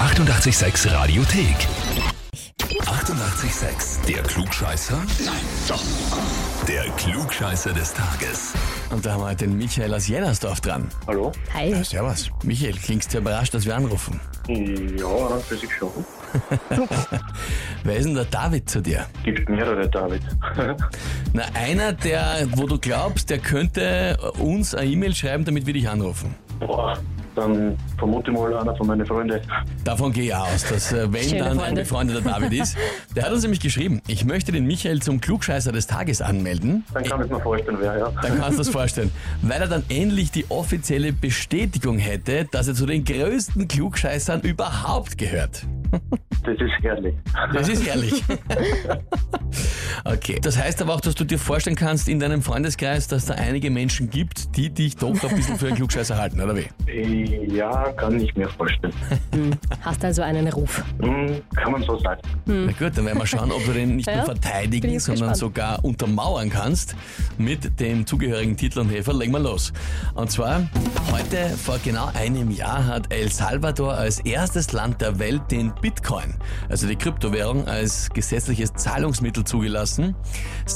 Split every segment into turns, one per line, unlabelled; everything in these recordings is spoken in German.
886 Radiothek. 88,6. Der Klugscheißer? Nein, doch. Der Klugscheißer des Tages.
Und da haben wir heute den Michael aus Jennersdorf dran.
Hallo?
Ja,
Hi.
servus. Michael, klingst du überrascht, dass wir anrufen?
Ja, für sich schon.
Wer ist denn der David zu dir?
Gibt mehrere, David.
Na, einer, der, wo du glaubst, der könnte uns eine E-Mail schreiben, damit wir dich anrufen.
Boah, dann vermute ich mal einer von meinen Freunden.
Davon gehe ich aus, dass äh, wenn
Schöne
dann ein
Freunde.
befreundeter David ist, der hat uns nämlich geschrieben, ich möchte den Michael zum Klugscheißer des Tages anmelden.
Dann kann ich mir vorstellen, wer, ja.
Dann kannst du das vorstellen. Weil er dann endlich die offizielle Bestätigung hätte, dass er zu den größten Klugscheißern überhaupt gehört.
Das ist herrlich.
Das ist ehrlich. Okay. Das heißt aber auch, dass du dir vorstellen kannst in deinem Freundeskreis, dass da einige Menschen gibt, die dich doch ein bisschen für einen Klugscheißer halten, oder wie?
Ja, kann ich mir vorstellen.
Hast also einen Ruf.
Hm, kann man so sagen.
Na gut, dann werden wir schauen, ob du den nicht
Ja,
nur
bin
verteidigen,
ich
sondern
gespannt.
sogar untermauern kannst mit dem zugehörigen Titel und Hefer. Legen wir los. Und zwar, heute vor genau einem Jahr hat El Salvador als erstes Land der Welt den Bitcoin, also die Kryptowährung, als gesetzliches Zahlungsmittel zugelassen.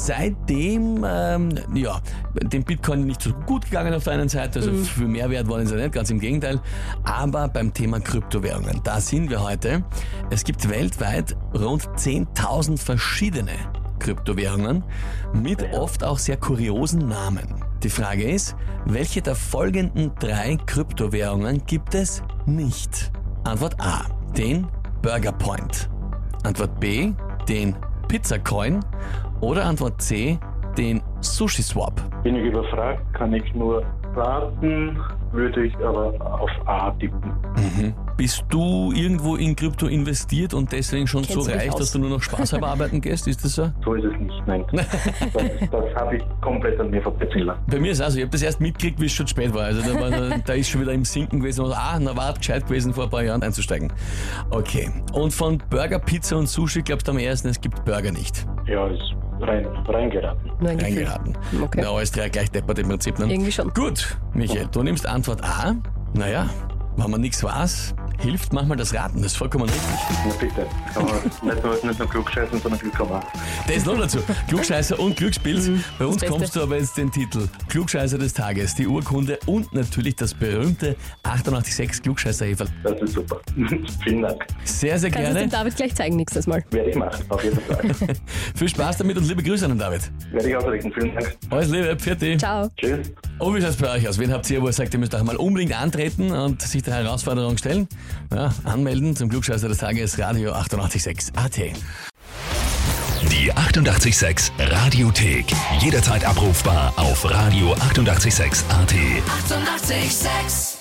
Seitdem, ähm, ja, dem Bitcoin nicht so gut gegangen auf der einen Seite,
Mhm.
also für Mehrwert wollen sie nicht, ganz im Gegenteil. Aber beim Thema Kryptowährungen, da sind wir heute. Es gibt weltweit rund 10.000 verschiedene Kryptowährungen mit oft auch sehr kuriosen Namen. Die Frage ist, welche der folgenden drei Kryptowährungen gibt es nicht? Antwort A, den Burger Point. Antwort B, den Pizza Coin. Oder Antwort C, den Sushi Swap.
Bin ich überfragt, kann ich nur raten, würde ich aber auf A tippen.
Bist du irgendwo in Krypto investiert und deswegen schon
Kennst
so
du dich
reich,
aus?
dass du nur noch Spaß halber arbeiten gehst? Ist das so?
So ist es nicht, nein. Das, das habe ich komplett an mir verpetzen lassen.
Bei mir ist es auch so, ich habe das erst mitgekriegt, wie es schon spät war. Also da, war, da ist schon wieder im Sinken gewesen. Und, ah, na war gescheit gewesen, vor ein paar Jahren einzusteigen. Okay. Und von Burger, Pizza und Sushi glaubst du am ersten, es gibt Burger nicht.
Ja, ist rein, reingeraten.
Nur ein Gefühl.
Reingeraten.
Okay.
Na, alles drei gleich deppert im Prinzip. Ne?
Irgendwie schon.
Gut, Michael, du nimmst Antwort A. Naja, wenn man nichts weiß, hilft manchmal das Raten. Das ist vollkommen richtig.
Na bitte. Kann man nicht nur, nicht nur klug scheißen, sondern Glück haben. auch.
Das noch dazu. Klugscheißer und Glückspilz. Bei uns
Mhm. Beste.
kommst du aber jetzt den Titel Klugscheißer des Tages, die Urkunde und natürlich das berühmte 886 klugscheißer -Häferl.
Das ist super. Vielen Dank.
Sehr, sehr
Kannst du es
gerne.
dem David gleich zeigen nächstes Mal?
Werde ich machen, auf jeden Fall.
Viel Spaß damit und liebe Grüße an den David.
Werde ich ausrichten. Vielen Dank.
Alles Liebe, Pfirti.
Ciao.
Tschüss.
Und wie schaut's bei euch aus? Wen habt ihr, wo ihr sagt, ihr müsst auch mal unbedingt antreten und sich der Herausforderung stellen? Ja, anmelden zum Klugscheißer des Tages, Radio 886 AT.
Die 88,6 Radiothek. Jederzeit abrufbar auf radio886.at. 88,6.
Eighty-eight, sex.